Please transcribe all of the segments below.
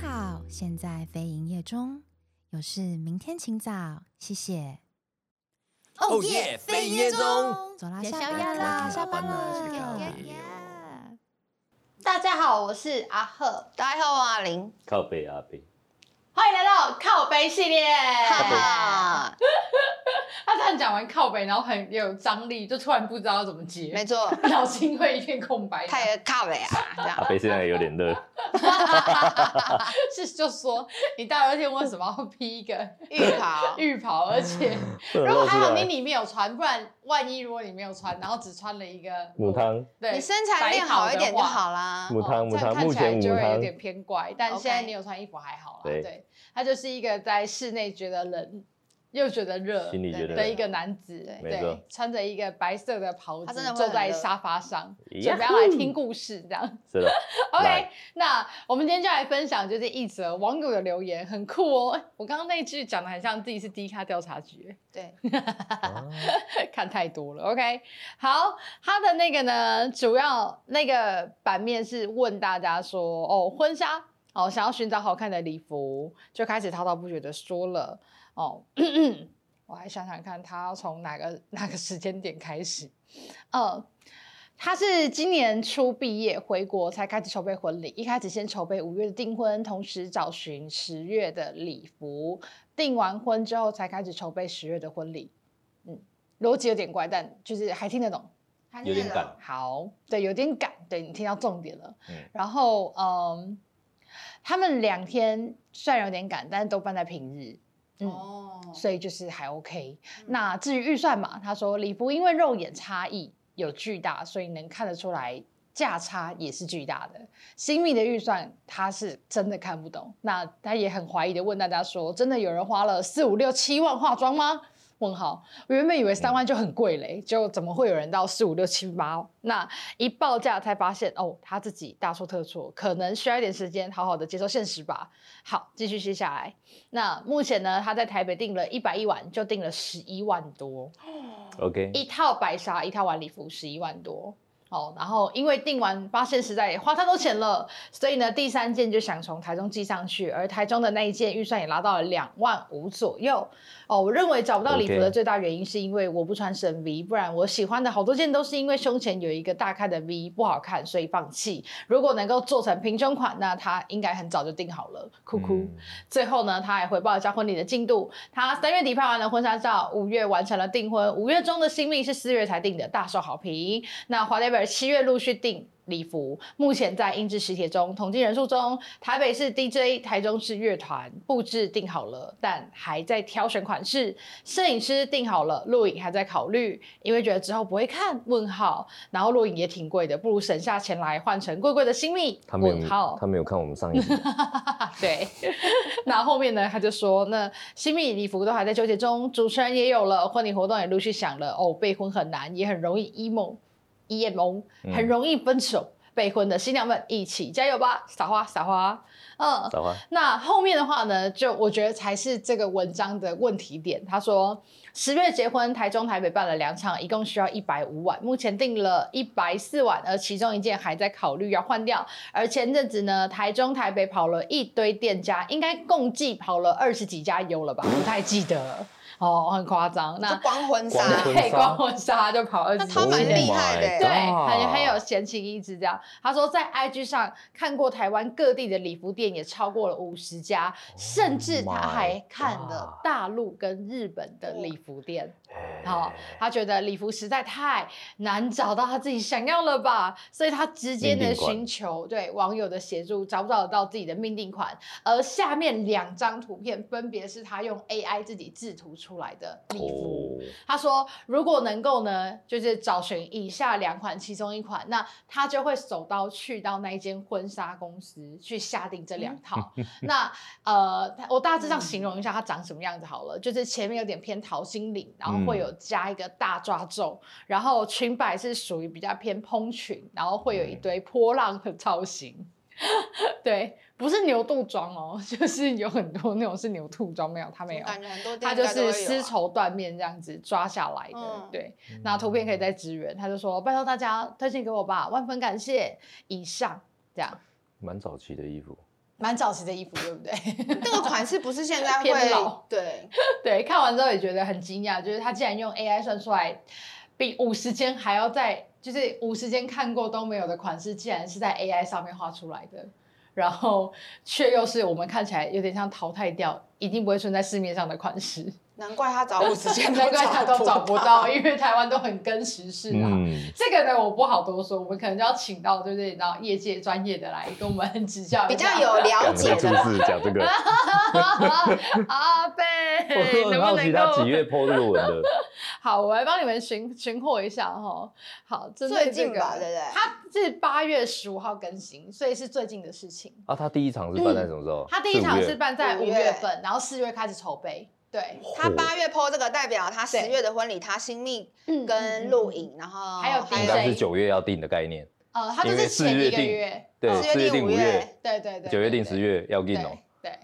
好，现在非营业中，有事明天请早，谢谢。哦耶非营业中，走啦，也下宵夜班啦啦，下下班班啦啦，呀呀呀大家好，我是阿赫，大家好，我阿玲，靠背阿贝，欢迎来到靠背系列。哈，他突然讲完靠背，然后很有张力，就突然不知道怎么接，没错，脑筋会一片空白。太靠北啊，这阿样贝现在有点 热， 是就说你大热天为什么要披一个浴袍，浴袍？而 且不能如果露出还好你来。里面有穿，不然万一如果你没有穿，然后只穿了一个母，汤，对，你身材练好一点就好啦。母汤，母哦这汤，样看目起来前就母会有汤，点偏怪，但 OK 现在你有穿衣服还好啦。对对，他就是一个在室内觉得冷又觉得热心里觉得的一个男子，对没错对，穿着一个白色的袍他子真的会坐很在热沙发上， Yahoo 准备要来听故事这样。 是的， OK，来那我们今天就来分享就是一则网友的留言，很酷哦。 哎我刚刚那句讲的很像自己是低咖调查局， 对，啊看太多了。OK，好，他的那个呢，主要那个版面是问大家说，哦，婚纱哦，想要寻找好看的礼服，就开始滔滔不绝的说了哦。 我还想想看，他要从哪个 哪个时间点开始？嗯，他是今年初毕业回国才开始筹备婚礼，一开始先筹备五月的订婚，同时找寻十月的礼服。订完婚之后才开始筹备十月的婚礼。嗯，逻辑有点怪，但就是还听得懂。有点赶，好，对，有点赶，对你听到重点了。嗯然后，嗯，他们两天虽然有点赶，但是都办在平日。嗯。哦，所以就是还 OK。那至于预算嘛，他说礼服因为肉眼差异有巨大，所以能看得出来价差也是巨大的。新密的预算他是真的看不懂，那他也很怀疑的问大家说，真的有人花了四五六七万化妆吗？问号，我原本以为三万就很贵嘞、结果怎么会有人到四五六七八？那一报价才发现，哦，他自己大错特错，可能需要一点时间好好的接受现实吧。好，继续接下来，那目前呢，他在台北订了一百一晚，就订了十一万多，嗯，OK，一套白纱，一套晚礼服，十一万多。哦，然后因为订完发现实在也花太多钱了，所以呢，第三件就想从台中寄上去，而台中的那一件预算也拉到了两万五左右。哦，我认为找不到礼服 OK 的最大原因是因为我不穿深 V，不然我喜欢的好多件都是因为胸前有一个大开的 V 不好看，所以放弃。如果能够做成平胸款，那他应该很早就订好了，哭哭。嗯最后呢，他还回报一下婚礼的进度。他三月底拍完了婚纱照，五月完成了订婚，五月中的新密是四月才订的，大受好评。那华莱贝尔七月陆续订。礼服目前在印制实帖中，统计人数中，台北市 DJ、台中市乐团布置定好了，但还在挑选款式。摄影师定好了，录影还在考虑，因为觉得之后不会看。问号，然后录影也挺贵的，不如省下钱来换成贵贵的新密。他没有问号，，他没有看我们上一 集，对， 那后面呢，他就说，那新密礼服都还在纠结中，主持人也有了，婚礼活动也陆续想了，哦，备婚很难，也很容易 emo emo，嗯很容易分手。备婚的新娘们一起加油吧，撒花撒花，嗯，小花，那后面的话呢，就我觉得才是这个文章的问题点。他说，十月结婚，台中、台北办了两场，一共需要一百五晚，目前订了一百四晚，而其中一件还在考虑要换掉。而前阵子呢，台中、台北跑了一堆店家，应该共计跑了二十几家有了吧？不太记得了哦，很夸张。就那光婚纱光，婚纱配光婚纱就跑二十那几他蛮家厉害的 Oh my 对， God 很很有闲情逸致这样。他说在 IG 上看过台湾各地的礼服店也超过了五十家，甚至他还看了大陆跟日本的礼服店。哦哎好、他觉得礼服实在太难找到他自己想要了吧，所以他直接命呢定款寻求对网友的协助，找不找得到自己的命定款。而下面两张图片分别是他用 AI 自己制图出来的礼服。哦，他说，如果能够呢，就是找寻以下两款其中一款，那他就会手刀去到那一间婚纱公司去下定这两套。那呃，他我大致上形容一下它长什么样子好了，就是前面有点偏桃心领，然后会有加一个大抓皱，然后裙摆是属于比较偏蓬裙，然后会有一堆波浪的造型。 对，不是牛肚装哦， 就是有很多那种是牛肚装，没有，他没有。感觉很多店它应就该都会有是啊丝，绸缎面这样子抓下来的，嗯对。那图片可以再支援，他就说拜托大家推荐给我吧，万分感谢。以上这样，蛮早期的衣服，蛮早期的衣服，对不对？ 那个款式不是现在会偏老对，对，看完之后也觉得很惊讶，就是他竟然用 AI 算出来，比五十间还要在，就是五十间看过都没有的款式，竟然是在 AI 上面画出来的，然后却又是我们看起来有点像淘汰掉，一定不会存在市面上的 款式，难怪他找五十件，难怪他都找不到，。因为台湾都很跟时事啊。嗯，这个呢，我不好多说，我们可能就要请到就是你知道业界专业的来跟我们指教比一下较有了讲这解个的故啦，事，讲这个， 阿贝 我，很能不好奇能他够几月 PO 这个文的，好，我来帮你们寻寻获一下哈。好，针对最这近个，吧，对不对？它是八月十五号更新，所以是最近的事情。 啊，他第一场是办在什么时 候？它第一四五场月是办在五五月月份，然后四月开始筹备。对，他八月 PO 这个，代表他十对月的婚礼，他新密嗯跟录，影，然后还有应 DJ 该是九月要定的概念，呃，它就因为是前一四月个定月，对，四四月月定定五五月月，对对对，九月定对十，月要定哦对，对。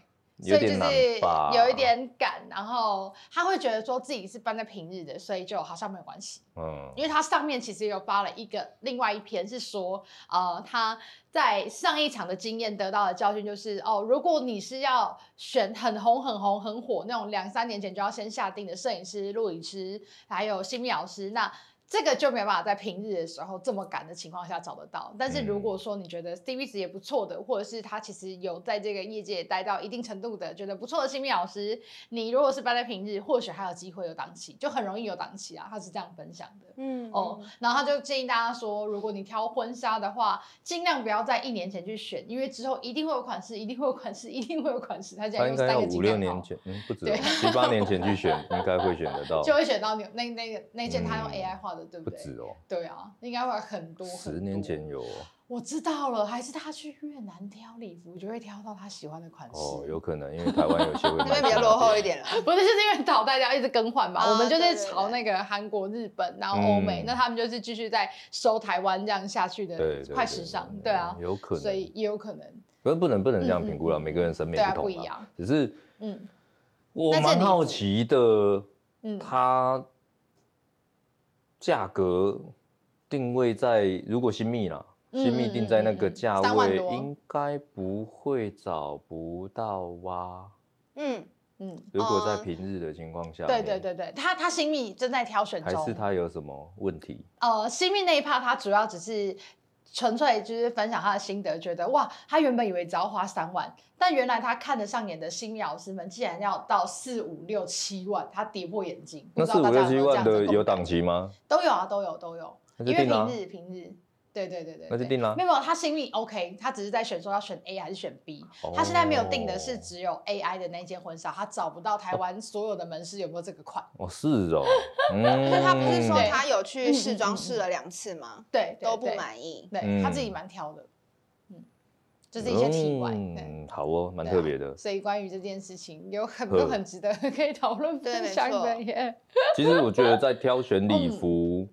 有所以就点难是吧？有一，点赶，然后他会觉得说自己是搬在平日的，所以就好像没有关系。嗯，因为他上面其实有发了一个另外一篇是说，呃，他在上一场的经验得到的教训就是，哦，如果你是要选很红、很红、很火那种两三年前就要先下定的摄影师、录影师，还有新密老师，那。这个就没办法在平日的时候这么赶的情况下找得到，但是如果说你觉得 CV 值也不错的，或者是他其实有在这个业界待到一定程度的，觉得不错的新密老师，你如果是搬在平日，或许还有机会有档期，就很容易有档期啊。他是这样分享的。嗯哦，然后他就建议大家说，如果你挑婚纱的话，尽量不要在一年前去选，因为之后一定会有款式，一定会有款式，一定会有款式。他竟他然应用该三要个鸡五蛋六号年前，嗯，不止对哦七八年前去选， 应该会选得到，就会选到你那那个那件他用嗯 AI 画的，对不对？止哦，对啊，应该会很多。十很年多前有哦我知道了，还是他去越南挑礼服，就会挑到他喜欢的款式。哦，有可能，因为台湾有些会那边卖比较这落样后一点了。 不是，就是因为淘汰掉，一直更换嘛。啊我们就对是对朝那个韩国、日本，然后欧美，嗯那他们就是继续在收台湾这样下去对的对，对快时尚，对啊，有可能，所以也有可能，可是不能不能这样嗯嗯评估了，嗯每个人审美对啊，同不一嘛样，只是嗯我那这蛮礼好服奇的，嗯，它价格定位在如果新密啦，嗯新密定在那个嗯嗯嗯嗯价3万位，多应该不会找不到啊哇。嗯，嗯，如果在哦平日的情况下，对对，对对，他他新密正在挑选啊还是中，它有什么问题？呃，新密那一趴，他主要只是纯粹就是分享他的心得，觉得哇，他原本以为只要花三万，但原来他看得上眼的新密老师们竟然要到四五六七万，他跌破眼镜，不那知道四大五六家七有没有这万样子的共有感档期吗？都有啊，都有都有，那就因为定了平啊日平日，对对对对，那就对定了啊没有，没有他心里 OK，他只是在选说要选 A 还是选 B，、他现在没有定的是哦只有 AI 的那件婚纱，他找不到台湾所有的门市有没有这个款。哦，是 哦，所以他不是说嗯他有去试妆试了两次吗？对，嗯对都不对满意。对、嗯他自己蛮挑的，嗯，就是一些题外，对，嗯，好哦，蛮对特啊别的。所以关于这件事情有很呵多很值得 可以讨论对分没享的错耶，其实我觉得在挑选礼服，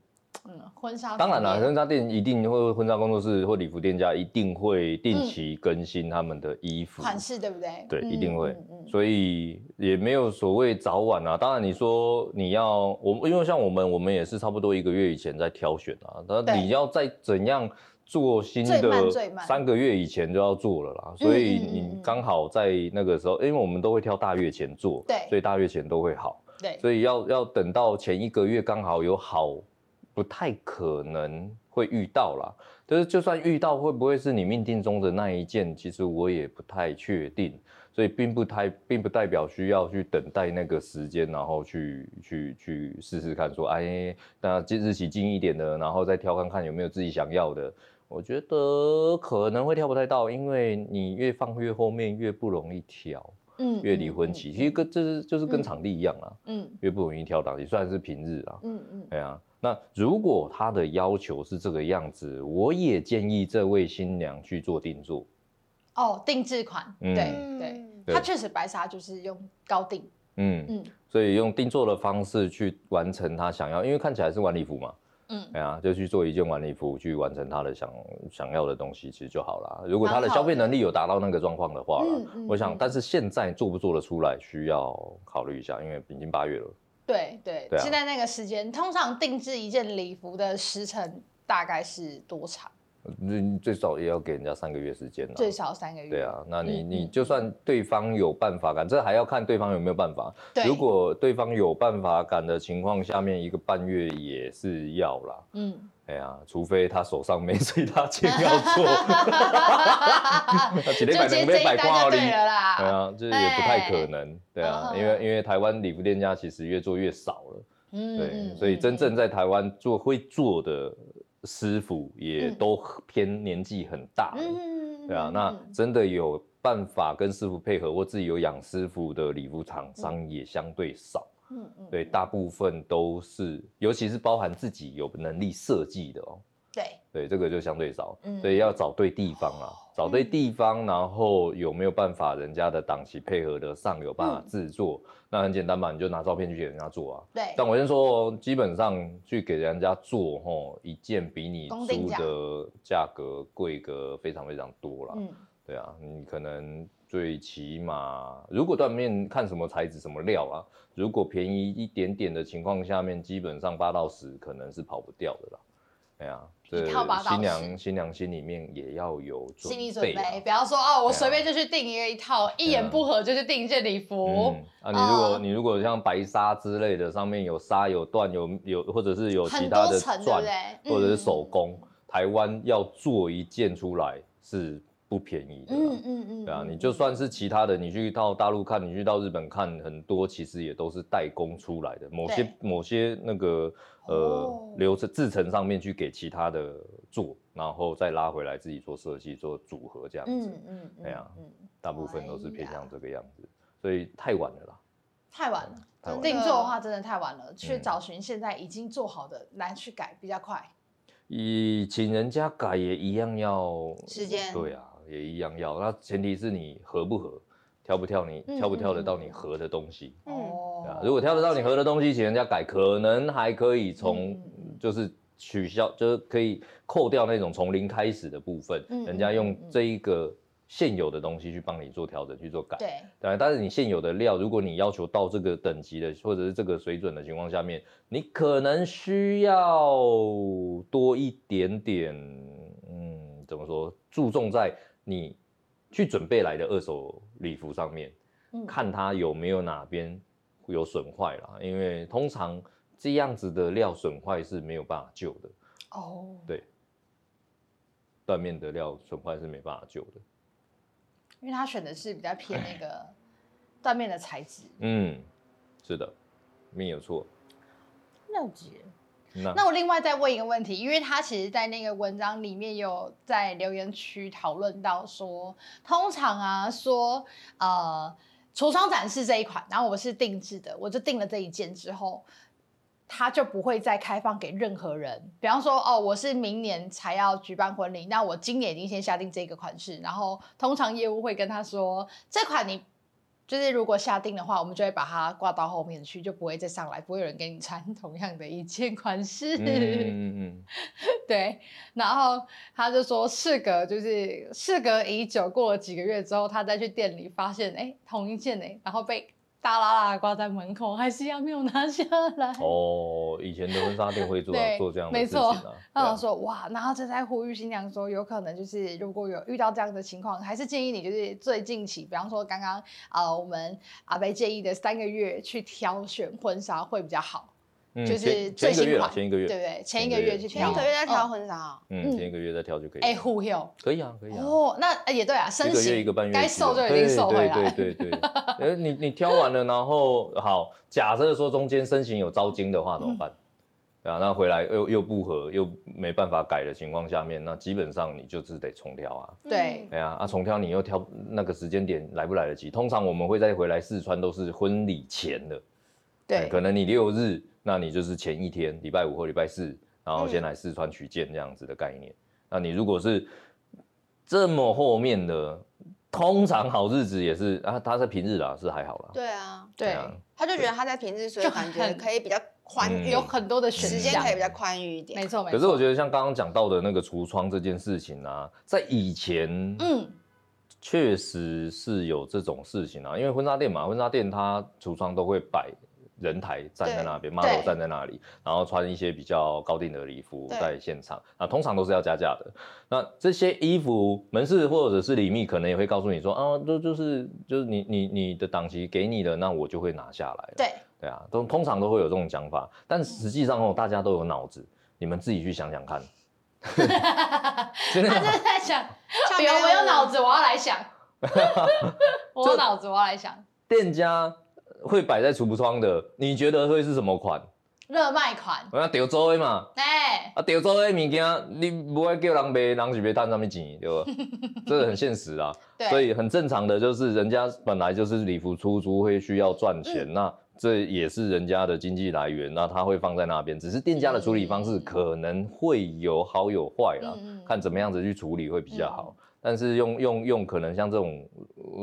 嗯，婚纱当然产啦，业婚纱店一定会婚纱工作室或礼服店家一定会定期更新他们的衣服，嗯款式对不对？对，嗯一定会。嗯嗯所以也没有所谓早晚啊。当然，你说你要我，因为像我们，我们也是差不多一个月以前在挑选啊。那对你要再怎样做新最慢的最，慢三个月以前就要做了啦。嗯所以嗯嗯你嗯刚好在那个时候，因为我们都会挑大月前做，对所以大月前都会好。对，所以要要等到前一个月刚好有好，不太可能会遇到啦。但是就算遇到，会不会是你命定中的那一件？其实我也不太确定，所以并不太并不代表需要去等待那个时间，然后去去去试试看说，哎，那近日期近一点的，然后再挑看看有没有自己想要的。我觉得可能会挑不太到，因为你越放越后面越不容易挑，嗯越离婚期，其实跟这是就是跟场地一样啊啦。嗯越不容易挑档期，虽然是平日啊，嗯嗯哎呀、那如果他的要求是这个样子，我也建议这位新娘去做定做，哦，定制款，嗯对对。嗯对它确实白纱就是用高定，嗯，嗯所以用定做的方式去完成他想要，因为看起来是晚礼服嘛，嗯，哎呀、就去做一件晚礼服去完成他的想想要的东西，其实就好啦。如果他的蛮好的消费能力有达到那个状况的话啦，嗯嗯我想，嗯但是现在做不做得出来，需要考虑一下，因为已经八月了，对对对啊现啊在那个时间，通常定制一件礼服的时程大概是多长？你嗯最少也要给人家三个月时间了。最少三个月。对，啊，那你嗯你嗯就算对方有办法赶，这还要看对方有没有办法。对如果对方有办法赶的情况下面，一个半月也是要啦。嗯，哎呀，除非他手上没其他钱要 做，几百两百就接这一百单挂就零。对了啦。对啊，这也不太可哎能。对啊，嗯因为因为台湾礼服店家其实越做越少了，嗯，对，嗯所以真正嗯在台湾做会做的师傅也嗯都偏年纪很大了。嗯对啊，那嗯真的有办法跟师傅配合，或自己有养师傅的礼服厂商也相对少。嗯嗯对，大部分都是，尤其是包含自己有能力设计的哦。对，对，这个就相对少，嗯所以要找对地方啊，找对地方，然后有没有办法人家的档期配合得上，有办法制作，那很简单嘛，你就拿照片去给人家做啊。对但我先说哦，基本上去给人家做吼，一件比你公定租价的价格贵个非常非常多啦。嗯对啊，你可能最起码，如果断面看什么材质、什么料啊，如果便宜一点点的情况下面，基本上八到十可能是跑不掉的啦。哎呀、这一套8到10新娘新娘心里面也要有准心理准备啊、备，不要说哦，我对啊随便就去订一个一套，对一啊言不合就去订一件礼服嗯，，啊，你如果、哦你如果像白纱之类的，上面有纱、有缎、有有，或者是有其很他多的层，对不钻，对？嗯或者是手工，台湾要做一件出来是不便宜的啦。嗯嗯嗯，对啊，嗯你就算是其他的，你去到大陆看，你去到日本看，很多其实也都是代工出来的，某些对某些那个哦呃流程制成上面去给其他的做，然后再拉回来自己做设计、做组合这样子，嗯嗯，对啊嗯，大部分都是偏哎呀向这个样子，所以太晚了啦。太晚了。太晚了定做的话真的太晚了，去嗯找寻现在已经做好的来去改比较快。以请人家改也一样要时间对啊，也一样要。那前提是你合不合，挑不挑你嗯挑不挑得嗯到嗯你合的东西。嗯哦对啊，如果挑得到你合的东西，请人家改，可能还可以嗯从嗯嗯就是取消，就是可以扣掉那种从零开始的部分，嗯人家用嗯嗯嗯这一个现有的东西去帮你做调整、去做改。对对啊，但是你现有的料，如果你要求到这个等级的或者是这个水准的情况下面，你可能需要多一点点，嗯，怎么说？注重在你去准备来的二手礼服上面。嗯看它有没有哪边有损坏啦，因为通常这样子的料损坏是没有办法救的，哦，对断面的料损坏是没办法救的。因为他选的是比较偏 那个缎面的材质。嗯，是的，没有错。了解。嗯那那我另外再问一个问题，因为他其实，在那个文章里面有在留言区讨论到说，通常啊说呃橱窗展示这一款，然后我是定制的，我就定了这一件之后，他就不会再开放给任何人。比方说，哦，我是明年才要举办婚礼，那我今年已经先下定这个款式，然后通常业务会跟他说，这款你。就是如果下定的话，我们就会把它挂到后面去，就不会再上来，不会有人给你穿同样的一件款式。嗯嗯嗯 对，然后他就说，事隔就是事隔已久，过了几个月之后，他再去店里发现，哎，同一件哎，然后被大拉拉挂在门口，还是一样没有拿下来。嗯，哦，以前的婚纱店会 做对做这样的没事情错啊。他对啊想说哇，然后这在呼吁新娘说，有可能就是如果有遇到这样的情况，还是建议你就是最近期，比方说刚刚啊、呃我们阿贝建议的三个月去挑选婚纱会比较好，嗯就是前前一个最新月啦，款前一个对不月，对？前一前个一个月月去前前挑，一个月在挑嗯，婚纱哦，嗯，嗯前一个月再挑就可以了。哎、忽悠。可以啊，可以啊。哦，那也对啊，一身个形月一个半月期的，该瘦就已经瘦回来了。对对对对， 呃，你你挑完了，然后好，假设说中间身形有糟筋的话怎么嗯办？对啊，那回来又又不合，又没办法改的情况下面，那基本上你就是得重挑啊。对嗯哎呀，啊重挑你又挑那个时间点来不来得及？通常我们会再回来试穿都是婚礼前的，哎对可能你六日，那你就是前一天，礼拜五或礼拜四，然嗯后先来试穿取件这样子的概念。那你如果是这么后面的，通常好日子也是啊，他在平日啦，是还好啦。对啊，对，啊，他就觉得他在平日，所以就感觉很可以比较宽嗯裕，有很多的选时间项可以，比较宽裕一点。没错没错。可是我觉得像刚刚讲到的那个橱窗这件事情啊，在以前嗯， 确实是有这种事情啊，因为婚纱店嘛，婚纱店它橱窗都会摆人台站在那边，model 对站在那里，然后穿一些比较高定的礼服对在现场，啊，通常都是要加价的。那这些衣服，门市或者是李密可能也会告诉你说，啊，这就是就是你你你的档期给你的，那我就会拿下来了。对，对啊，都通常都会有这种讲法，但实际上哦，大家都有脑子，你们自己去想想看。真的啊他就是在想， 像不用，没有我有脑子，我要 来想，我有脑子，我要来想店家会摆在橱窗的，你觉得会是什么款？热卖款，我要潮州的嘛，哎、啊，潮州的物件，你不会叫人卖，人是要赚什么钱，对 吧？这个很现实啊，对所以很正常的就是人家本来就是礼服出租会需要赚嗯钱，那这也是人家的经济来源，那他会放在那边，只是店家的处理方式嗯可能会有好有坏啦，嗯嗯啊看怎么样子去处理会比较好。但是用用用，可能像这种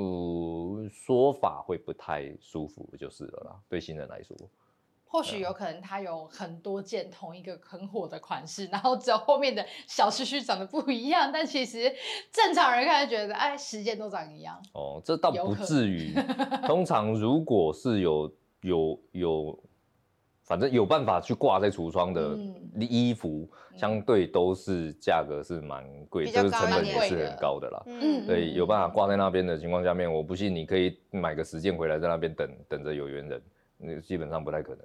呃说法会不太舒服，就是了啦。对新人来说，或许有可能他有很多件同一个很火的款式，然后只有后面的小区区长得不一样，但其实正常人看就觉得，哎，十件都长一样，哦，这倒有不可至 于。通常如果是有有有，反正有办法去挂在橱窗的嗯衣服，相对都是价格是蛮贵，比这较个高成一本点也是的很高的啦。嗯，所以有嗯办法挂在那边的情况下面，我不信你可以买个十件回来，在那边等等着有缘人，那基本上不太可 能。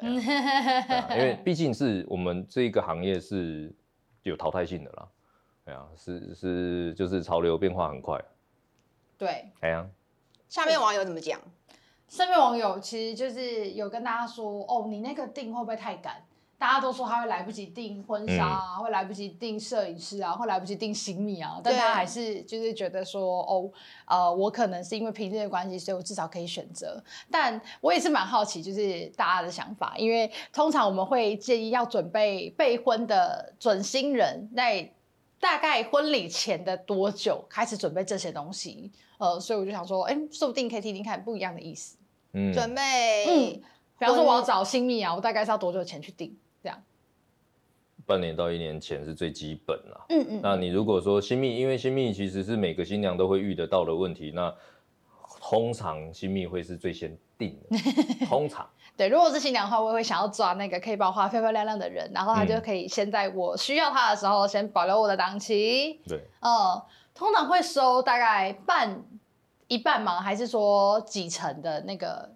嗯对，对啊，因为毕竟是我们这个行业是有淘汰性的啦，对啊，是是就是潮流变化很快，对。哎呀，下面网友怎么讲？身边网友其实就是有跟大家说，哦，你那个订会不会太赶？大家都说他会来不及订婚纱啊，会来不及订摄影师啊，会来不及订行李啊，但对他还是就是觉得说，哦，呃，我可能是因为平日的关系，所以我至少可以选择。但我也是蛮好奇，就是大家的想法，因为通常我们会建议要准备备婚的准新人在大概婚礼前的多久开始准备这些东西，呃，所以我就想说，哎、说不定可以听听看不一样的意思。嗯，准备嗯，比方说我要找新密啊，我大概是要多久前去订？这样，半年到一年前是最基本啦。嗯嗯那你如果说新密，因为新密其实是每个新娘都会遇得到的问题，那通常新密会是最先定 的，通常。对，如果是新娘的话，我也会想要抓那个可以帮我画漂漂亮亮的人，然后他就嗯可以先在我需要他的时候，先保留我的档期。对，嗯，通常会收大概半一半吗？还是说几成的那个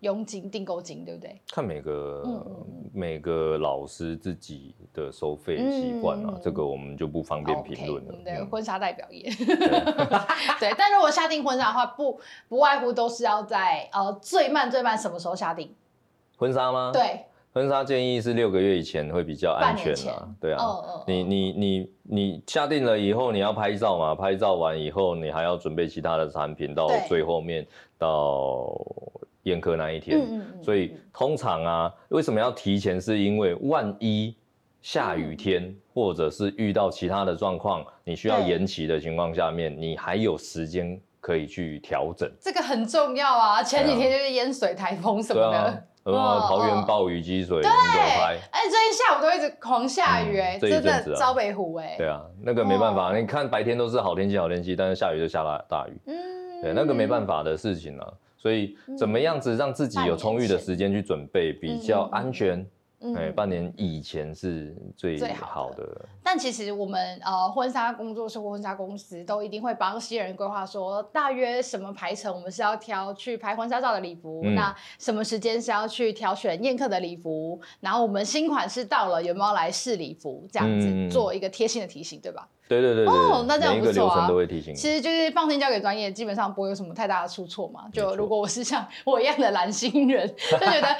佣金、订购金，对不对？看每个、嗯嗯每个老师自己的收费习惯啊，嗯这个我们就不方便 OK，评论了。我们的嗯婚纱代表业， 对，但如果下定婚纱的话，不不外乎都是要在呃最慢最慢什么时候下定？婚纱吗？。对，婚纱建议是六个月以前会比较安全半年前啦，对啊，嗯嗯嗯你你你你下定了以后，你要拍照嘛，拍照完以后，你还要准备其他的产品，到对最后面到宴客那一天，嗯嗯嗯所以通常啊，为什么要提前？是因为万一嗯下雨天，或者是遇到其他的状况，你需要对延期的情况下面，你还有时间可以去调整。这个很重要啊！前几天就是淹水、台风什么对啊的，，有没有嗯桃园嗯暴雨积水，我们怎么拍？哎、最近下午都一直狂下雨、嗯哎、这一真阵子的啊招北湖、哎，对，啊，那个没办法，哦你看白天都是好天气好天气，但是下雨就下大大雨，嗯对，那个没办法的事情啊。所以怎么样子让自己有充裕的时间去准备，比较安全？嗯哎，半年以前是最最好好的的。但其实我们呃婚纱工作室或婚纱公司都一定会帮新人规划说，大约什么排程我们是要挑去拍婚纱照的礼服，嗯那什么时间是要去挑选宴客的礼服，然后我们新款式到了有没有来试礼服，这样子、嗯嗯嗯做一个贴心的提醒，对吧？对对对对，哦那这样每一个不错流啊程都会提醒你。其实就是放心交给专业，基本上不会有什么太大的出错嘛。没就错如果我是像我一样的蓝星人，就觉 得哇，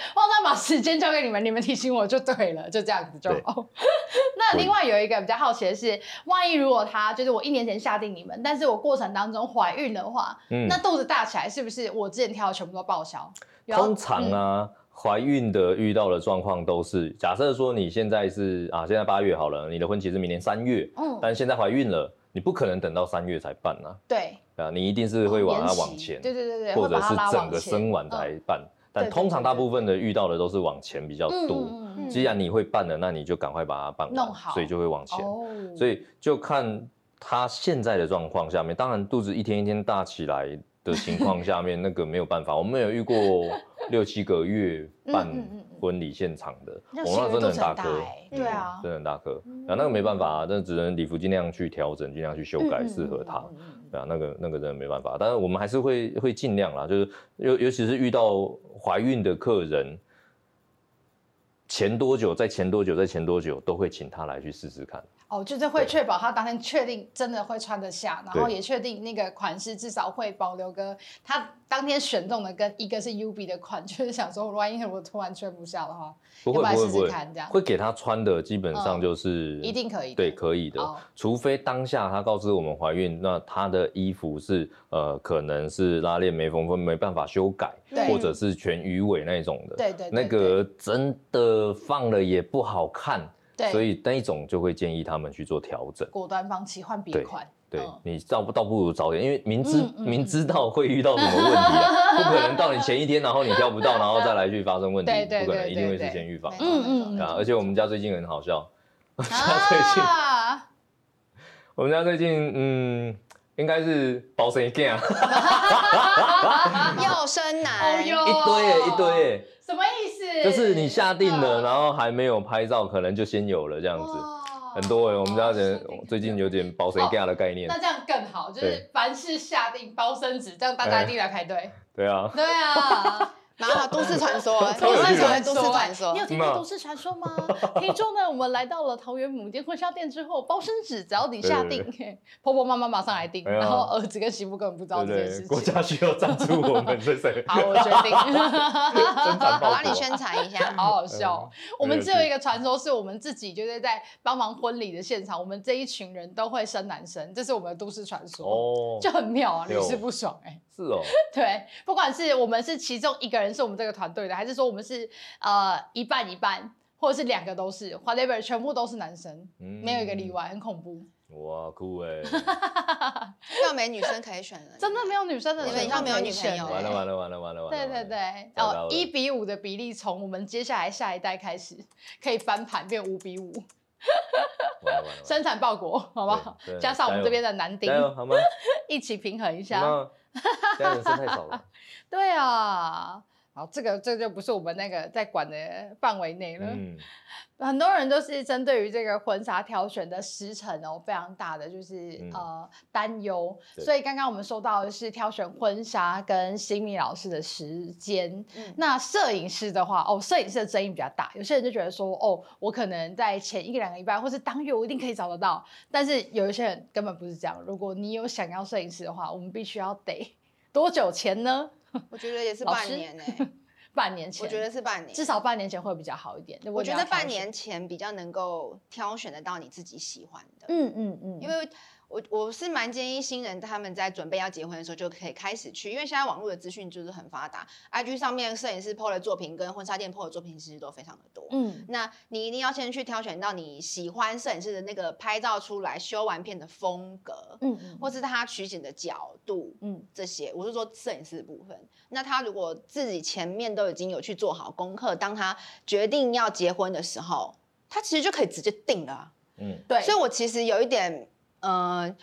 那把时间交给你们，你们提醒我就对了，就这样子就好。 那另外有一个比较好奇的是，万一如果他就是我一年前下定你们，但是我过程当中怀孕的话，嗯那肚子大起来是不是我之前挑的全部都报销？然后通常啊，怀孕的遇到的状况都是，假设说你现在是啊，现在八月好了，你的婚期是明年三月，嗯，但现在怀孕了，你不可能等到三月才办啊，对，啊，你一定是会往它哦延期往前。对对对对，或会把者它是拉整往个前嗯生完才办。但对对通常对大对部分的遇到的都是往前比较嗯嗯多。嗯嗯嗯既然你会办了，那你就赶快把它办完弄好所以就会往前。哦，所以就看他现在的状况下 面，当然肚子一天一天大起来的情况下面，那个没有办法，我们有遇过六七个月办嗯嗯嗯嗯婚礼现场的，那我那幸运真的度很是大很颗嗯大欸，对啊真的很大颗。然后那个没办法、啊，那只能礼服尽量去调整，尽量去修改适嗯合他。对啊，那个那个真的没办法，但是我们还是会会尽量啦，就是尤尤其是遇到怀孕的客人，前多久在前多久在前多久都会请他来去试试看。哦，就是会确保他当天确定真的会穿得下，然后对也确定那个款式至少会保留个他当天选中的跟一个是 UB 的款， 就是想说万一我突然穿不下的话，不会要不会不不然试会试看这，样嗯会给他穿的基本上就是、一定可以的。对可以的，哦除非当下他告知我们怀孕，那他的衣服是呃可能是拉链没缝分，没办法修改，对或者是全鱼尾那一种的，嗯对对对那个真的放了也不好看，对，所以那一种就会建议他们去做调整。果断放弃换别对款。对、 嗯你倒不倒不如早点，因为明知、嗯嗯明知道会遇到什么问题、啊，不可能到你前一天，然后你挑不到，然后再来去发生问题，对对不可能，对一定会对事对先预防啊。嗯嗯嗯对啊，而且我们家最近很好笑，啊，我们家最近嗯，应该是包生一件啊，要生 哦男，哟，一堆耶一堆，耶，什么意思？就是你下定了，嗯哦然后还没有拍照，可能就先有了这样子，哇很多哎，我们家设定人很最近久有点包生一件的概念哦那，这样更好，就对哎是凡事下定包生纸，这样大家一定来排队。对啊，对啊， 蛮好，都市传说，超有趣的都市传说你有，听过都市传说吗？ 听众呢，我们来到了桃园母店婚纱店之后，包生纸只要你下定， 对嘿 婆婆妈妈马上来订，哎呀然后儿子跟媳妇根本不知道对这不对？国件事情。家需要赞助我们，所以所以 好，我决 定。增长我报啊帮你国。宣传一下。 好好笑哦、我们很有只有一个传说，是我们自己就是在帮忙婚礼的现场，我们这一群人都会生男生，这是我们的都市传 说，哦，就很妙啊，有屡试不爽哎、是哦，对，不管是我们是其中一个人是我们这个团队的，还是说我们是呃一半一半，或者是两个都是，whatever，全部都是男生，没没有一个例。外，很恐怖，嗯哇，酷 哎！要没女生可以选了，真的没有女生的，你们以后没有欸女朋友完了 完了完了完了完了！欸对对对，糟糕了，哦一比五的比例从我们接下来下一代开始可以翻盘变五比五，嗯完了，完了完了生产报国，好不好对对？ 加上我们这边的男丁加油好吗？ 一起平衡一加下。油！现在人生太少 了。对啊，好，这个这个就不是我们那个在管的范围内了。嗯，很多人都是针对于这个婚纱挑选的时辰哦，非常大的就是、嗯呃担忧。对所以刚刚我们收到的是挑选婚纱跟新米老师的时间。嗯那摄影师的话，哦，摄影师的争议比较大。有些人就觉得说，哦，我可能在前一个两个礼拜或是当月我一定可以找得到，但是有一些人根本不是这样。如果你有想要摄影师的话，我们必须要得多久前呢？我觉得也是老半师 年呢，半年前，我觉得是半年，至少半年前会比较好一点。如果我你觉要得挑半选年，前比较能够挑选得到你自己喜欢的，嗯嗯嗯，因为我我是蛮建议新人他们在准备要结婚的时候就可以开始去，因为现在网络的资讯就是很发达，IG 上面摄影师 PO 的作品跟婚纱店 PO 的作品其实都非常的多。嗯。那你一定要先去挑选到你喜欢摄影师的那个拍照出来修完片的风格，嗯嗯或是他取景的角度，嗯这些，我是说摄影师的部分。那他如果自己前面都已经有去做好功课，当他决定要结婚的时候，他其实就可以直接定了啊。嗯，对，所以我其实有一点，呃。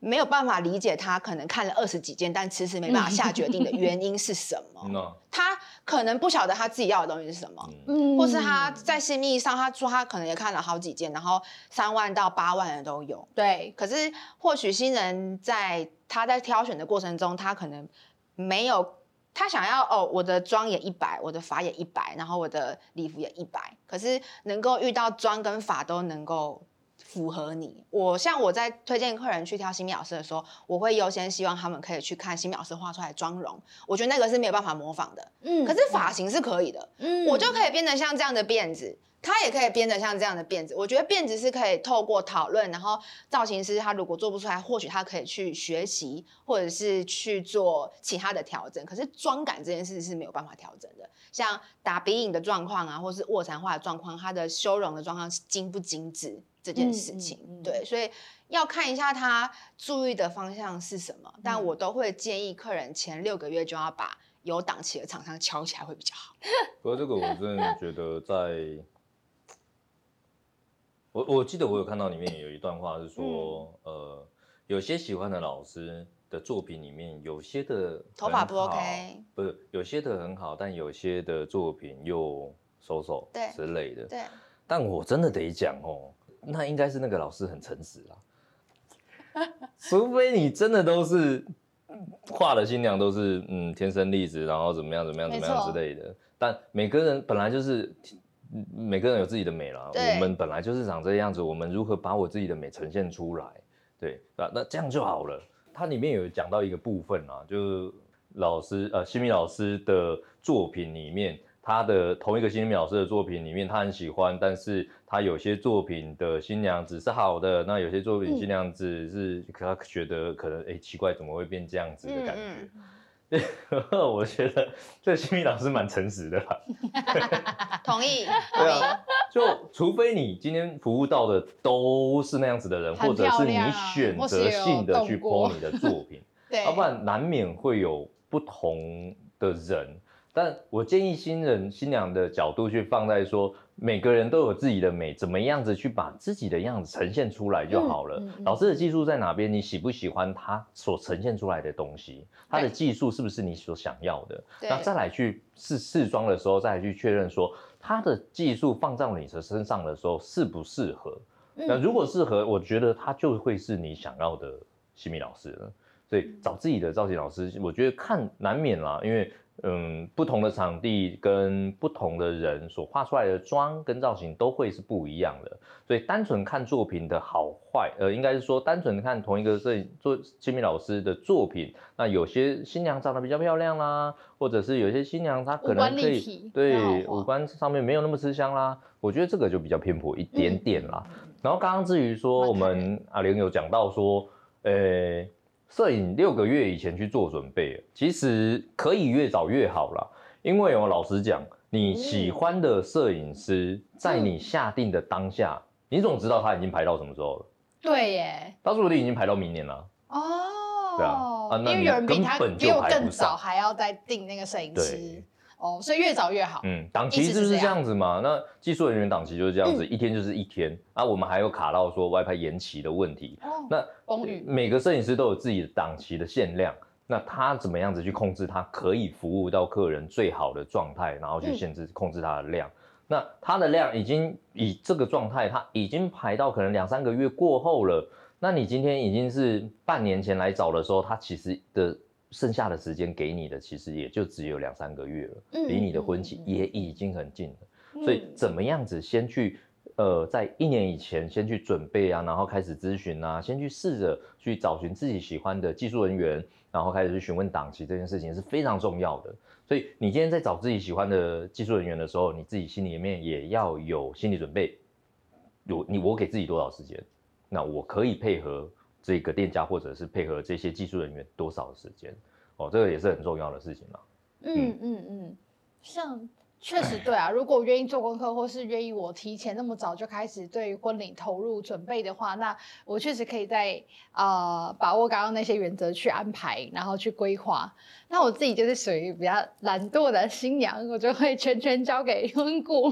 没有办法理解他可能看了二十几件，但迟迟没办法下决定的原因是什么？嗯那他可能不晓得他自己要的东西是什么，嗯嗯或是他在新密上，他说他可能也看了好几件，然后三万到八万的都有。对，可是或许新人在他在挑选的过程中，他可能没有他想要哦，我的妆也一百，我的发也一百，然后我的礼服也一百。可是能够遇到妆跟发都能够符合你，我像我在推荐客人去挑新米老师的时候，我会优先希望他们可以去看新米老师画出来的妆容，我觉得那个是没有办法模仿的。嗯可是发型是可以的，嗯我就可以编得像这样的辫子，他也可以编得像这样的辫子。我觉得辫子是可以透过讨论，然后造型师他如果做不出来，或许他可以去学习，或者是去做其他的调整。可是妆感这件事是没有办法调整的，像打鼻影的状况啊，或是卧蚕画的状况，他的修容的状况是精不精致这件事情，嗯嗯嗯对，所以。要看一下他注意的方向是什么，但嗯我都会建议客人前六个月就要把有档期的厂商敲起来会比较好。不过这个我真的觉得在，嗯我我记得我有看到里面有一段话是说，呃，有些喜欢的老师的作品里面，有些的头发很不 OK 好不是有些的很好，但有些的作品又收手对之类的。对，但我真的得讲哦，那应该是那个老师很诚实啦。 除非你真的都是画的新娘都是嗯天生丽质，然后怎么样怎么样怎么没样错之类的。但每个人本来就是嗯每个人有自己的美啦，对我们本来就是长这样子，我们如何把我自己的美呈现出来？对，那那这样就好了。它里面有讲到一个部分啊，就是老师呃，新民老师的作品里面，他的同一个新民老师的作品里面，他很喜欢，但是他有些作品的新娘子是好的，那有些作嗯品新娘子是他觉得可能哎、诶奇怪，怎么会变这样子的嗯感嗯觉？ 我觉得这新民老师蛮诚实的啦。嗯同意， 对啊，就除非你今天服务到的都是那样子的人，很或者是漂你亮啊选或是择有性的动去过 PO 你的作品，对要啊不然难免会有不同的人。但我建议新人新娘的角度去放在说，每个人都有自己的美，怎么样子去把自己的样子呈现出来就好了。嗯嗯嗯老师的技术在哪边？你喜不喜欢他所呈现出来的东西？他的对技术是不是你所想要的？对那再来去试试妆的时候，再来去确认说它的技术放到你的身上的时候适不适合。那如果适合，我觉得它就会是你想要的西米老师了。所以找自己的造型老师，我觉得看难免啦，因为嗯，不同的场地跟不同的人所画出来的妆跟造型都会是不一样的。所以单纯看作品的好坏，呃，应该是说单纯看同一个摄影作金明老师的作品，那有些新娘长得比较漂亮啦，或者是有些新娘她可五官能可立以体比较好对画五官上面没有那么吃香啦，我觉得这个就比较偏颇一嗯点点啦。然后刚刚至于说蛮我感们阿玲有讲到说，呃，摄影六个月以前去做准备，其实可以越早越好啦。因为哦，老实讲，你喜欢的摄影师，在你下定的当下，你总知道他已经排到什么时候了。对耶，他说不定已经排到明年了。啊哦，对啊啊那因为你有人比根他本比就我排更不早上还要再定那个摄影师对，哦，所以越早越好。嗯，档期就是这样嗯子嘛。那技术人员档期就是这样子，一天就是一天。啊，我们还有卡到说外拍延期的问题。哦，那风雨每个摄影师都有自己的档期的限量，那他怎么样子去控制他可以服务到客人最好的状态，然后去限制控制他的量？那他的量已经以这个状态，他已经排到可能两三个月过后了。那你今天已经是半年前来找的时候，他其实的剩下的时间给你的，其实也就只有两三个月了，嗯离你的婚期也已经很近了。所以嗯怎么样子先去呃，在一年以前先去准备啊，然后开始咨询啊，先去试着去找寻自己喜欢的技术人员，然后开始去询问档期，这件事情是非常重要的。所以你今天在找自己喜欢的技术人员的时候，你自己心里面也要有心理准备，有你我给自己多少时间，那我可以配合这个店家或者是配合这些技术人员多少时间。哦，这个也是很重要的事情啦。嗯嗯嗯，像确实对啊，如果愿意做功课，或是愿意我提前那么早就开始对于婚礼投入准备的话，那我确实可以在呃把握刚刚那些原则去安排，然后去规划。那我自己就是属于比较懒惰的新娘，我就会全权交给 温故，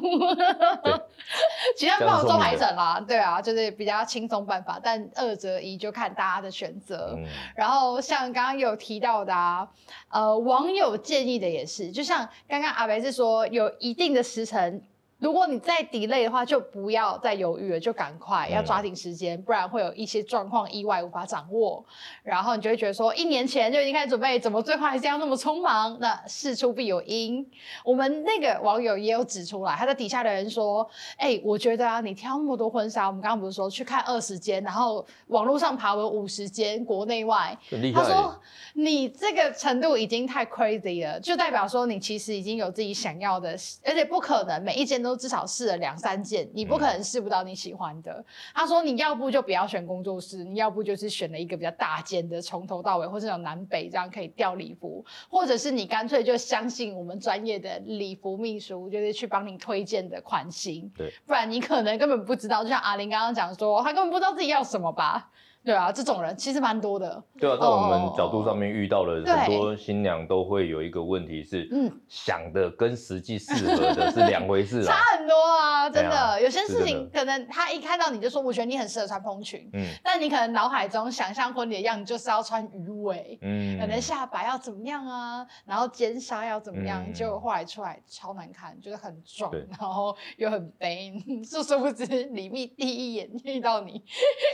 其他帮我做排整啦，对啊，就是比较轻松办法，但二择一就看大家的选择。嗯，然后像刚刚有提到的啊，呃，网友建议的也是，就像刚刚阿北是说，有一定的时辰，如果你再 delay 的话，就不要再犹豫了，就赶快嗯要抓紧时间，不然会有一些状况意外无法掌握，然后你就会觉得说，一年前就已经开始准备，怎么最后还这样那么匆忙？那事出必有因。我们那个网友也有指出来，他在底下的人说，哎、我觉得啊，你挑那么多婚纱，我们刚刚不是说去看二十间，然后网络上爬文五十间，国内外。很厉害他耶。说：“你这个程度已经太 crazy 了，就代表说你其实已经有自己想要的，而且不可能每一间都至少试了两三件，你不可嗯能试不到你喜欢的。他说：“你要不就不要选工作室，你要不就是选了一个比较大间的，从头到尾，或是那种南北这样可以调礼服，或者是你干脆就相信我们专业的礼服秘书，就是去帮你推荐的款型，对，不然你可能根本不知道。就像阿玲刚刚讲说，她根本不知道自己要什么吧。”对啊，这种人其实蛮多的。对啊，在我们角度哦上面遇到的对很多新娘都会有一个问题是，嗯想的跟实际适合的是两回事啊。差很多啊，真对啊的，有些是事真情可能他一看到你就说，我觉得你很适合穿蓬裙，嗯但你可能脑海中想象婚礼的样子就是要穿鱼尾，嗯，可能下摆要怎么样啊，然后肩纱要怎么样，嗯结果后来出来超难看，就是很壮对，然后又很悲，就 殊不知李密第一眼遇到你，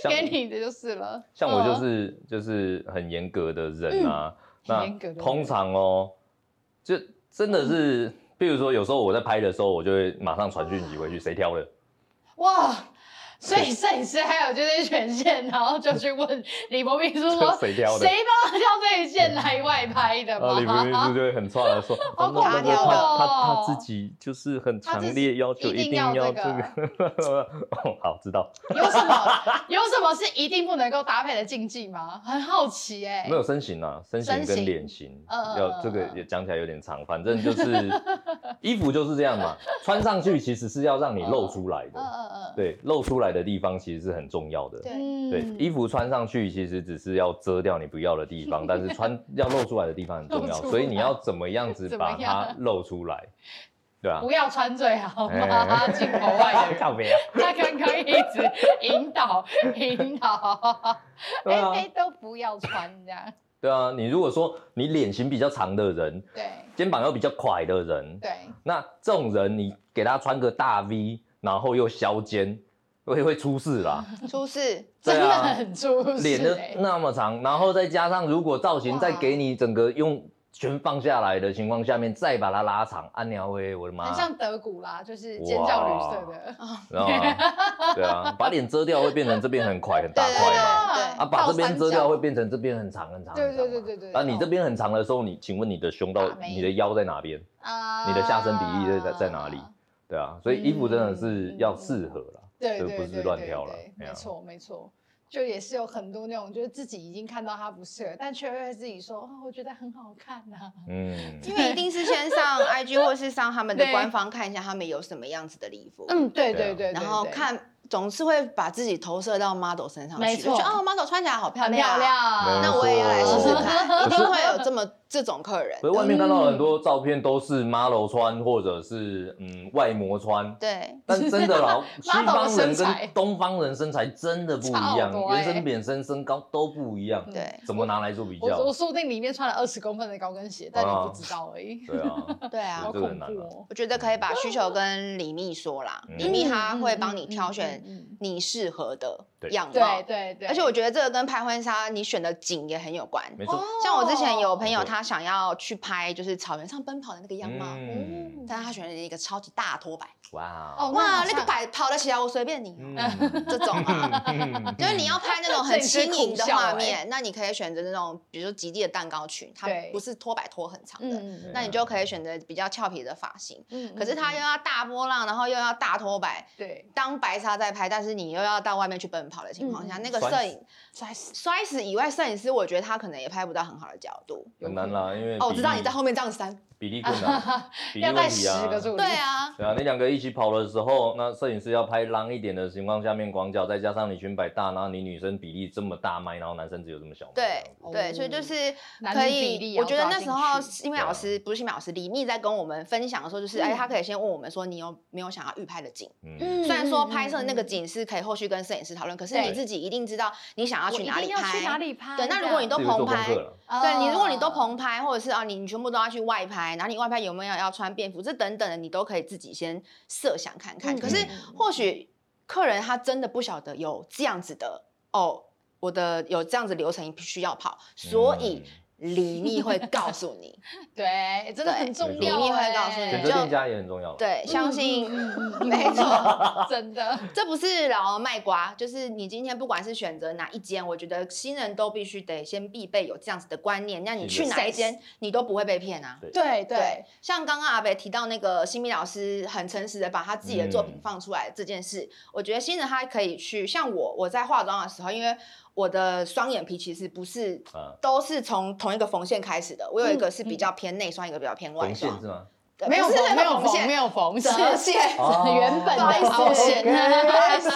像给你的就是了。像我就嗯是、就是很严格的人啊，很那严格的人通常哦，就真的是，比如说有时候我在拍的时候，我就会马上传讯息回去，谁挑的？：“哇。所以摄影师还有就是权限，然后就去问李博秘书说谁挑的谁帮他挑这一件来外拍的然吗？”后李博秘书就会很串的说，哦好那恐那怖那他他哦他自己就是很他强自烈己要求一一定定要要这这个， 哦，好知道，有什么 有什么是一定不能够搭配的禁忌吗？很好奇哎、没有身形啊，身形身跟形脸型嗯嗯，要这个嗯嗯也讲起来有点长，反正就是 衣服就是这样嘛，穿上去其实是要让你露出来嗯的，嗯嗯，对，露出来的地方其实是很重要的。对嗯对，衣服穿上去其实只是要遮掉你不要的地方，但是 穿要露出来的地方很重要露出，来所以你要怎么样子 怎么把它样露出来，对啊，不要穿最好吗？哎进口外的 人，靠别啊，他刚刚一直引导引导，对哎啊哎都不要穿这样，对啊，你如果说你脸型比较长的人，对肩膀又比较宽的人，对，那这种人你给他穿个大 V，然后又削肩，会会出事 啦。出事，对真的啊很出脸嗯事就哎、那么长，然后再加上如果造型再给你整个用全放下来的情况下面，再把它拉长，安鸟喂，我的妈很，像德古拉，就是尖叫绿色的，知道 吗？对啊，把脸遮掉会变成这边很快很大块嘛，啊啊，把这边遮掉倒三角会变成这边很长很长，对很长嘛对对对对啊，你这边很长的时候，你请问你的胸到打没你的腰在哪边？啊你的下身比例在在在哪里对啊，所以衣服真的嗯是要适合啦。对就对不对是对乱挑对了哎没呀错没错，就也是有很多那种，就是自己已经看到它不适合，但却会自己说，哦，我觉得很好看呐、嗯，因为一定是先 上 IG 或是上他们的对官方看一下他们有什么样子的礼服，嗯，对对啊对对，然后对。看总是会把自己投射到 model 身上去，没就错觉得哦，model 穿起来好漂很亮啊，漂亮，那我也要来试 试看，一哦可是定会有这么这种客人可的，是外面看到很多照片都是 model 穿，或者是嗯外模穿，对，但真的 啦，西 model 的方人身材跟东方人身材真的不一差样好，多欸原生扁身身高都不一样，嗯对怎么拿来做比我我较？说不定里面穿了二十公分的高跟鞋，但你不知道而已。对 啊，对啊 好这恐个很难怖啊哦！我觉得可以把需求跟李密说啦，嗯李密他会帮你嗯挑选嗯嗯嗯嗯你适合的对样对貌，对对，而且我觉得这个跟拍婚纱你选的景也很有关。没错，像我之前有朋友哦没错他想要去拍就是草原上奔跑的那个样哦貌，嗯，但他选了一个超级大拖摆，哇哦哇，那好那个像摆跑得起来我随便你哦、嗯，这种 啊。 就是你要拍那种很摄影师轻盈的苦笑画哎面，那你可以选择那种，比如说极地的蛋糕裙，它对不是拖摆拖很长的，嗯那你就可以选择比较俏皮的发型。嗯可是它又要要大波浪，然后又要大拖摆，对当白纱在拍，但是你又要到外面去奔跑的情况下，嗯那个摔摄影摔死，摔死以外，摄影师我觉得他可能也拍不到很好的角度。很难啦，因为哦，我比知道例你在后面这样扇。比例困 难，比例 要带问题十啊，个助理，对，啊，对啊，你两个一起跑的时候，那摄影师要拍浪一点的情况下面，广角再加上你裙摆大，然后你女生比例这么大麦，然后男生只有这么小麦。对哦对，所以就是男可女比例以，也我要觉得抓那进时候去啊新美老师不是新美老师，李密在跟我们分享的时候，就是哎，嗯他可以先问我们说你有没有想要预拍的景。嗯，虽然说拍摄那个景是可以后续跟摄影师讨论，可是对你自己一定知道你想要我去一哪里定要拍。去哪里拍？对那如果你都自己会做功课棚拍了。对你，如果你哦都棚。棚拍，或者是啊，你你全部都要去外拍，然后你外拍有没有要穿便服，这等等的，你都可以自己先设想看看。可是嗯或许客人他真的不晓得有这样子的哦，我的有这样子流程需要跑，所嗯以李密会告诉 你，对，真的很重对要、欸。你会告诉你选就择店家也很重要。，对，相信、嗯嗯 嗯嗯没错。真的，嗯这不是老王卖瓜，就是你今天不管是选择哪一间，我觉得新人都必须得先必备有这样子的观念。那你是的去哪一间，你都不会被骗啊。对对对，，像刚刚阿北提到那个新米老师很诚实的把他自己的作品嗯放出来这件事，我觉得新人他可以去，像我我在化妆的时候，因为我的双眼皮其实不是。啊，都是从同一个缝线开始的，我有一个是嗯比较偏内双，一个比较偏外缝线双是。吗？呃没有不是那个缝，没有缝缝，没有缝，是折线哦原本不好意的思，凹陷。不好意思，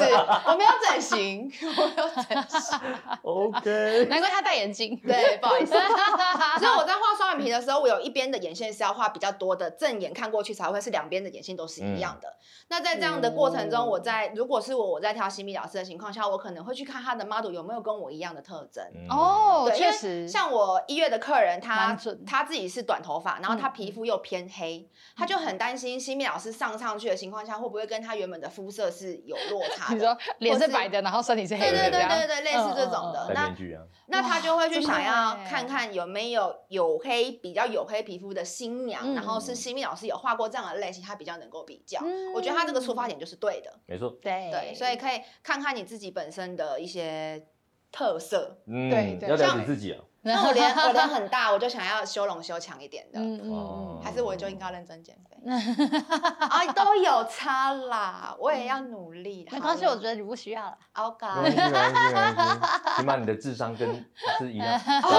我没有整形，我没有整形，哦 OK，难怪他戴眼镜。对，不好 意思。啊所以我在画双眼皮的时候，我有一边的眼线是要画比较多的，正眼看过去才会是两边的眼线都是一样的。那在这样的过程中，嗯哦我在如果是我我在挑西米老师的情况下，我可能会去看他的 model 有没有跟我一样的特征。哦，对，因确为实，像我一月的客人，他蛮准嗯他自己是短头发，然后他皮肤又偏黑，他就很担心西米老师上上去的情况下，会不会跟他原本的肤色是有落差 你的？说脸是或是白的，然后身体是黑对对对的，这样对对，类似这种嗯嗯的嗯。那面具啊，那他就会去哇想要真的耶看看有没有黝黑比较黝黑皮肤的新娘，嗯然后是西米老师有画过这样的类型，他比较能够比较。嗯我觉得他这个出发点就是对的，没错，对对，所以可以看看你自己本身的一些特 色。嗯，对对要了解像自己啊，那我脸我脸很大，我就想要修容修强一点的，嗯嗯哦嗯，还是我就应该认真减肥？啊，都有差啦，我也要努力。没关系，我觉得你不需要了。好没关系， OK，没关系，没关系， 起码你的智商跟是一样高。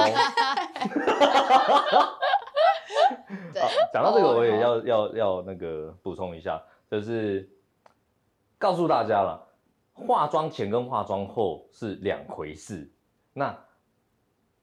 对啊， 讲到这个，哦我也要要要那个补充一下，就是告诉大家了，化妆前跟化妆后是两回事。那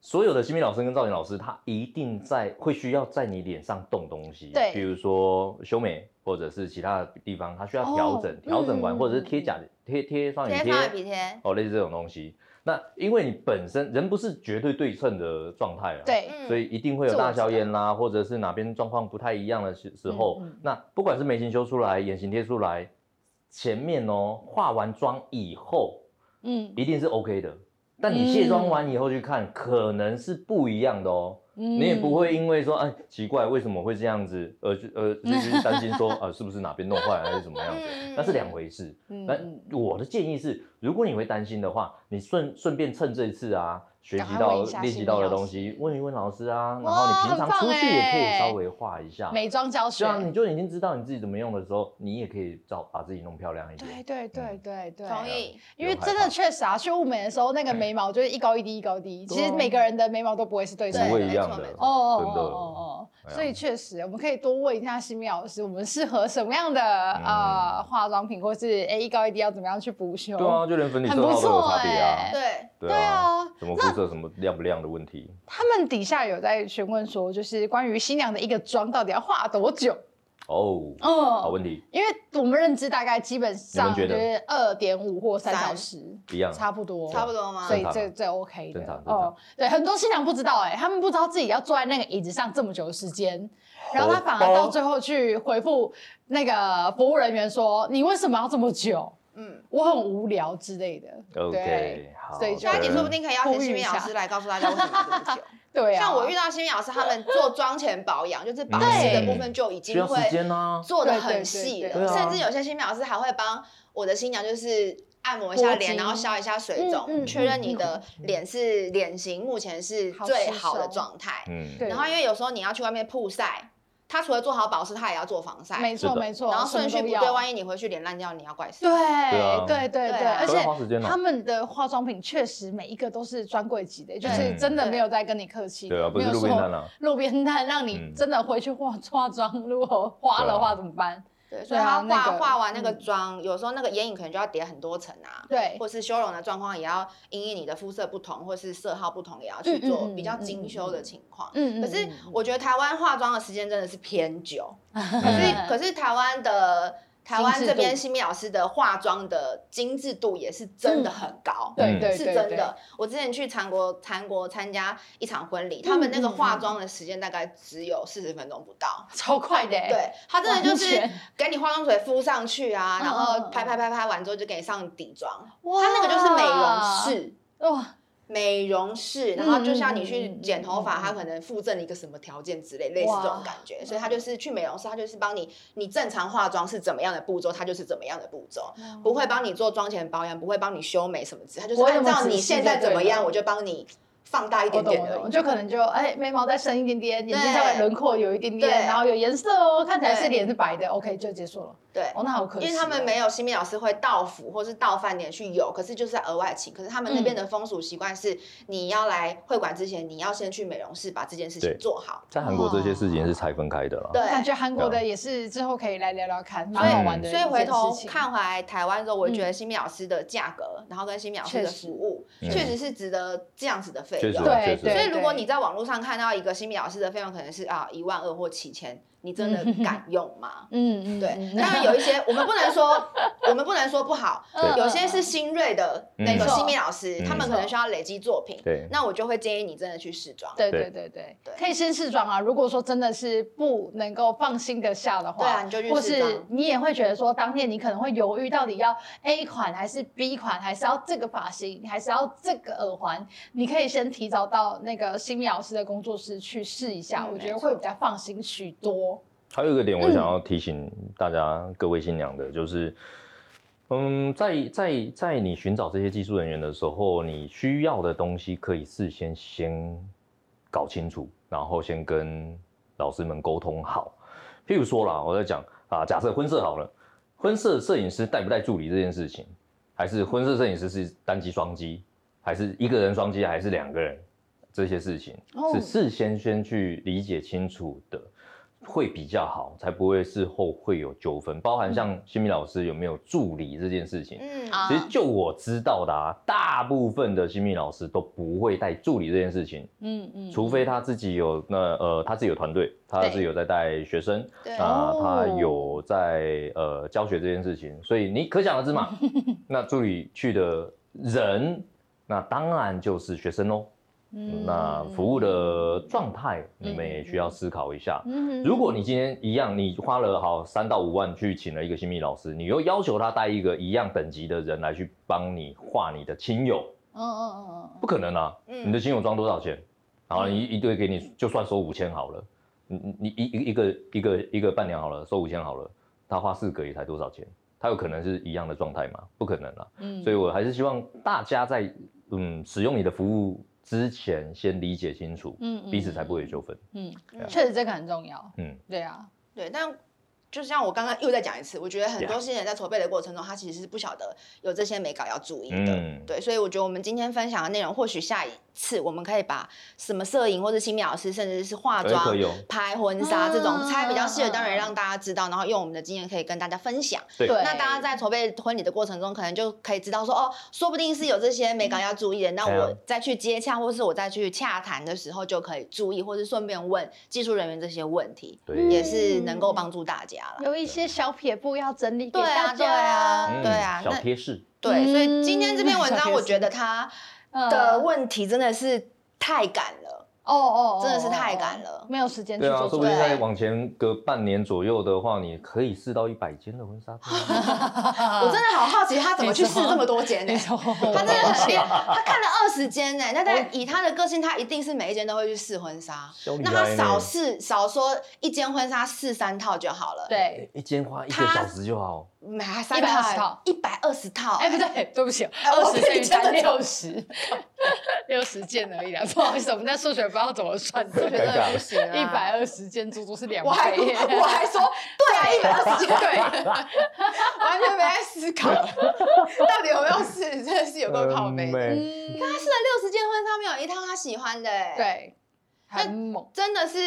所有的新民老师跟造型老师，他一定在会需要在你脸上动东西，对比如说修眉或者是其他的地方，他需要调整，调整完、嗯或者是贴假贴贴双眼贴双眼皮贴，哦，类似这种东西。那因为你本身人不是绝对对称的状态啊，对，嗯所以一定会有这我大知道小眼啦，或者是哪边状况不太一样的时时候，嗯嗯那不管是眉形修出来、眼型贴出来，前面哦化完妆以后嗯一定是 OK 的，但你卸妆完以后去看，可能是不一样的哦。嗯，你也不会因为说哎奇怪为什么会这样子，而去呃就是担心说啊是不是哪边弄坏了还是怎么样子，嗯那是两回事。嗯，那嗯我的建议是，如果你会担心的话，你顺顺便趁这一次啊，学习赶快到问一下练习到的东心理西老，师问一问老师啊，然哇后你平常很棒出去也可以欸稍微画一下。美妆教这学，样你就已经知道你自己怎么用的时候，你也可以照把自己弄漂亮一对点。对对对对，嗯啊同意。因为真的确实啊，去雾眉的时候，那个眉毛就是一高一低，一高一对低。其实啊每个人的眉毛都不会是对称对不会的。一样的没错没，错哦哦真的哦哦哎哦，呀所以确实，我们可以多问一下西米老师，我们适合什么样的呃化妆品，或是哎一高一低要怎么样去补修？对啊，就连粉底很色不号都有错差别啊欸。对，对对啊，啊，什么肤色、什么亮不亮的问题，他们底下有在询问说，就是关于新娘的一个妆到底要化多久？哦，好嗯，问题因为我们认知大概基本上你就们觉得是二点五或三三小时，一样。差不多，差不多吗所？以正常这啊这 OK 的正常正常哦。对，很多新娘不知道哎、他们不知道自己要坐在那个椅子上这么久的时间，然后她反而到最后去回复那个服务人员说：“你为什么要这么久？嗯，我很无聊之类的。对 OK，好的。所以就下一集说不定可以邀呼请吁西一米老下师来告诉大家为什么要这么久。 对啊，像我遇到新老师，他们做妆前保养，就是保湿的部分就已嗯需经要时会间啊。做的很细对对对啊了，对甚至有些新老师还会帮我的新娘就是按摩一下脸，拨筋然后消一下水嗯嗯嗯肿，确认你的脸是脸型目前是最好的状态。嗯，对然后因为有时候你要去外面曝晒，他除了做好保湿，他也要做防晒，没错是的没错，然后顺序什不么都要对，万一你回去脸烂掉，你要怪谁？对啊对对对对，啊而都要花时且间啊他们的化妆品确实每一个都是专柜级的，就是嗯真的没有在跟你客气的，对啊，不是没有路边说摊啊。路边摊让你嗯真的回去化 化妆，如果花了对啊话怎么办？对，所以对啊他那画个画完那个嗯妆，有时候那个眼影可能就要叠很多层啊。对，或是修容的状况，也要因应你的肤色不同，或是色号不同，也要去做比较精修的情况。嗯可是我觉得台湾化妆的时间真的是偏久，可嗯是可是台湾的台湾精致这边度新米老师的化妆的精致度也是真的很高，对嗯对是对真对的。我之前去韩国韩国参加一场婚礼，他们那个嗯嗯化嗯妆的时间大概只有四十分钟不到，超快的欸，对，他真的就完是全给你化妆水敷上去啊，然嗯嗯后嗯拍拍拍拍完之后就给你上底妆，哇他那个就是美容室。哇，美容室，然后就像你嗯嗯去嗯嗯剪头发，嗯他可能附赠了一个什么条件之类，类似这种感觉，所以他就是去美容室，他就是帮你，你正常化妆是怎么样的步骤，他就是怎么样的步骤，哦不会帮你做妆前保养，不会帮你修眉什么之类，他就是不会那按么照仔你细现就在对怎么样，了我就帮你放大一我点懂点我而懂，已。就可能就哎眉毛再深一点点，眼睛对稍微轮廓有一点点，对然后有颜色哦，看起来是对脸是白的，OK 就结束了。对，哦，那好可惜哦，因为他们没有新民老师会到府或是到饭店去有，可是就是在额外请。可是他们那边的风俗习惯是，你要来会馆之前，你要先去美容室把这件事对情做好。在韩国这些事情是拆分开的啦。对感觉韩国的也是之后啊可以来聊聊看，蛮以好玩的一所件以事情。回头看回来台湾之后，我觉嗯得新民老师的价格，然后跟新民老师确的实服务，嗯确实是值得这样子的费确实用。啊，对确对所实以如果你在网络上看到一个新民老师的费用可能是啊一万二或七千，你真的 敢用吗？嗯，嗯嗯，对嗯，当然有一些我们不能说，我们不能说不好，嗯对有些是新锐的嗯那个没错新密老师嗯，他们可能需要累积作品，对那我就会建议你真的去试妆。对对对对对对，可以先试妆啊。如果说真的是不能够放心的下的话，对啊你就去或试妆是你也会觉得说，当天你可能会犹豫，到底要 A 款还是 B 款，还是要这个发型，还是要这个耳环，你可以先提早到那个新米老师的工作室去试一下，嗯我觉得没会比较放心许多。还有一个点，我想要提醒大家、各位新娘的，就是，嗯，在在在你寻找这些技术人员的时候，你需要的东西可以事先先搞清楚，然后先跟老师们沟通好。譬如说啦，我在讲啊，假设婚摄好了，婚摄摄影师带不带助理这件事情，还是婚摄摄影师是单机双机，还是一个人双机，还是两个人，这些事情哦是事先先去理解清楚的。会比较好，才不会事后会有纠纷。包嗯含像新民老师有没有助理这件事情，嗯啊其实就我知道的啊，大部分的新民老师都不会带助理这件事情，嗯嗯，除非他自己有那呃，他自己有团队，他对自己有在带学生，对啊、他哦有在呃教学这件事情，所以你可想而 知嘛。那助理去的人，那当然就是学生喽。嗯那服务的状态，你们也需要思考一下。嗯如果你今天一样，你花了好三到五万去请了一个新密老师，你又要求他带一个一样等级的人来去帮你画你的亲友，嗯嗯嗯嗯嗯不可能啊！嗯你的亲友装多少钱？然后一一对给你，就算收五千好了，你你你一一一个一个一个伴娘好了，收五千好了，他花四个也才多少钱？他有可能是一样的状态吗？不可能啊！嗯，所以我还是希望大家在嗯使用你的服务之前，先理解清楚，嗯嗯彼此才不会有纠纷。嗯，嗯确实这个很重要。嗯，对啊，对，但就像我刚刚又再讲一次，我觉得很多 Yeah 新人在筹备的过程中，他其实是不晓得有这些美感要注意的。嗯对，所以我觉得我们今天分享的内容，或许下一次我们可以把什么摄影或者新密老师，甚至是化哎可妆以哦。拍婚纱这种，才比较适合当嗯嗯嗯然让大家知道，然后用我们的经验可以跟大家分享。对那大家在筹备婚礼的过程中，可能就可以知道说，哦，说不定是有这些美感要注意的。那对啊我再去接洽，或是我再去洽谈的时候，就可以注意，或是顺便问技术人员这些问题，对也是能够帮助大家了。有一些小撇步要整理给对啊大家。对啊嗯对啊小那贴士。对，所以今天这篇嗯文小章，贴我士觉得它嗯的问题真的是太赶了。哦哦，哦真的是太赶了没有时间去对啊，做说准不备。定再往前隔半年左右的话，你可以试到一百间的婚纱 店。啊我 真的好好奇他怎么去试这么多间呢、哦没错，哦他真的 很厉害，他看了二十间呢。那他以他的个性，他一定是每一间都会去试婚纱。小女那孩他呢少试少说一间婚纱试三套就好了。， 对。哎一间花一个她小时就好。买他三120套一百二十套。哎，不对，对不起，二我十比乘以你真三的六十， 六十件而已啦。不好意思，我们在数学不知道怎么 算，数学真尴尬的了不行 啊。啊一百二十件足足是两我还倍耶。我还 说对啊，一百二十间，对，啊完全没在思 考到底有没有试，真的是有够靠嗯背。妹嗯他试了六十件婚纱，没有一套他喜欢的、哎， 对，很猛。真的是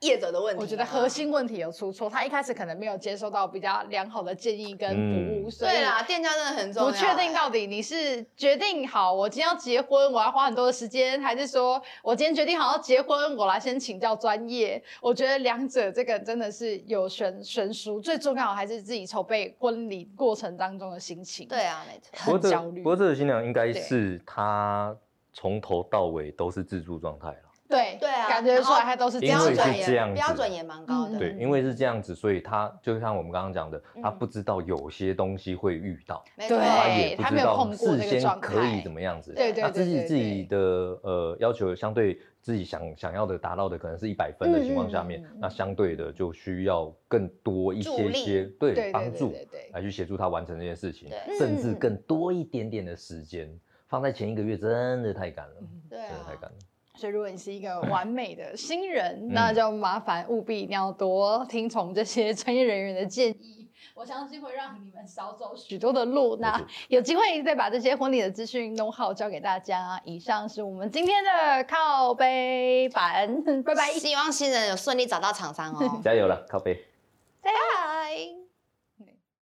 业者的问题啊、我觉得核心问题有出错，他一开始可能没有接收到比较良好的建议跟服务，嗯所以对啦，店家真的很重要、不确定哎到底你是决定好我今天要结婚，我要花很多的时间，还是说我今天决定好要结婚，我来先请教专业。我觉得两者这个真的是有悬悬殊，最重要还是自己筹备婚礼过程当中的心情，对，啊，没错。很这焦虑不，过这个新娘应该对是她从头到尾都是自助状态了。对对啊感觉出来他都是这因样标为子是准这样也子标准也蛮高的，嗯对，因为是这样子，所以她就像我们刚刚讲的，她嗯不知道有些东西会遇到，没对错。她也不她没知有道碰过事那个先状可以态怎么样子。对对那对自己对自己对的呃要求相对自己想想要的达到的可能是一百分的情况下面嗯嗯嗯，嗯那相对的就需要更多一助些力些对对对对帮助对对来去协助他完成这件事情，对甚至嗯嗯更多一点点的时间。放在前一个月真的太赶了，嗯对真的啊太，赶了。所以，如果你是嗯一个完美的新人，那就麻烦务必一定要多听从这些专业人员的建议， 我相信会让你们少走许多的路。那有机会再把这些婚礼的资讯弄好，交给大家。以上是我们今天的靠 。背版，拜拜。 希望新人有顺利找到厂商哦加油了，靠背。拜拜。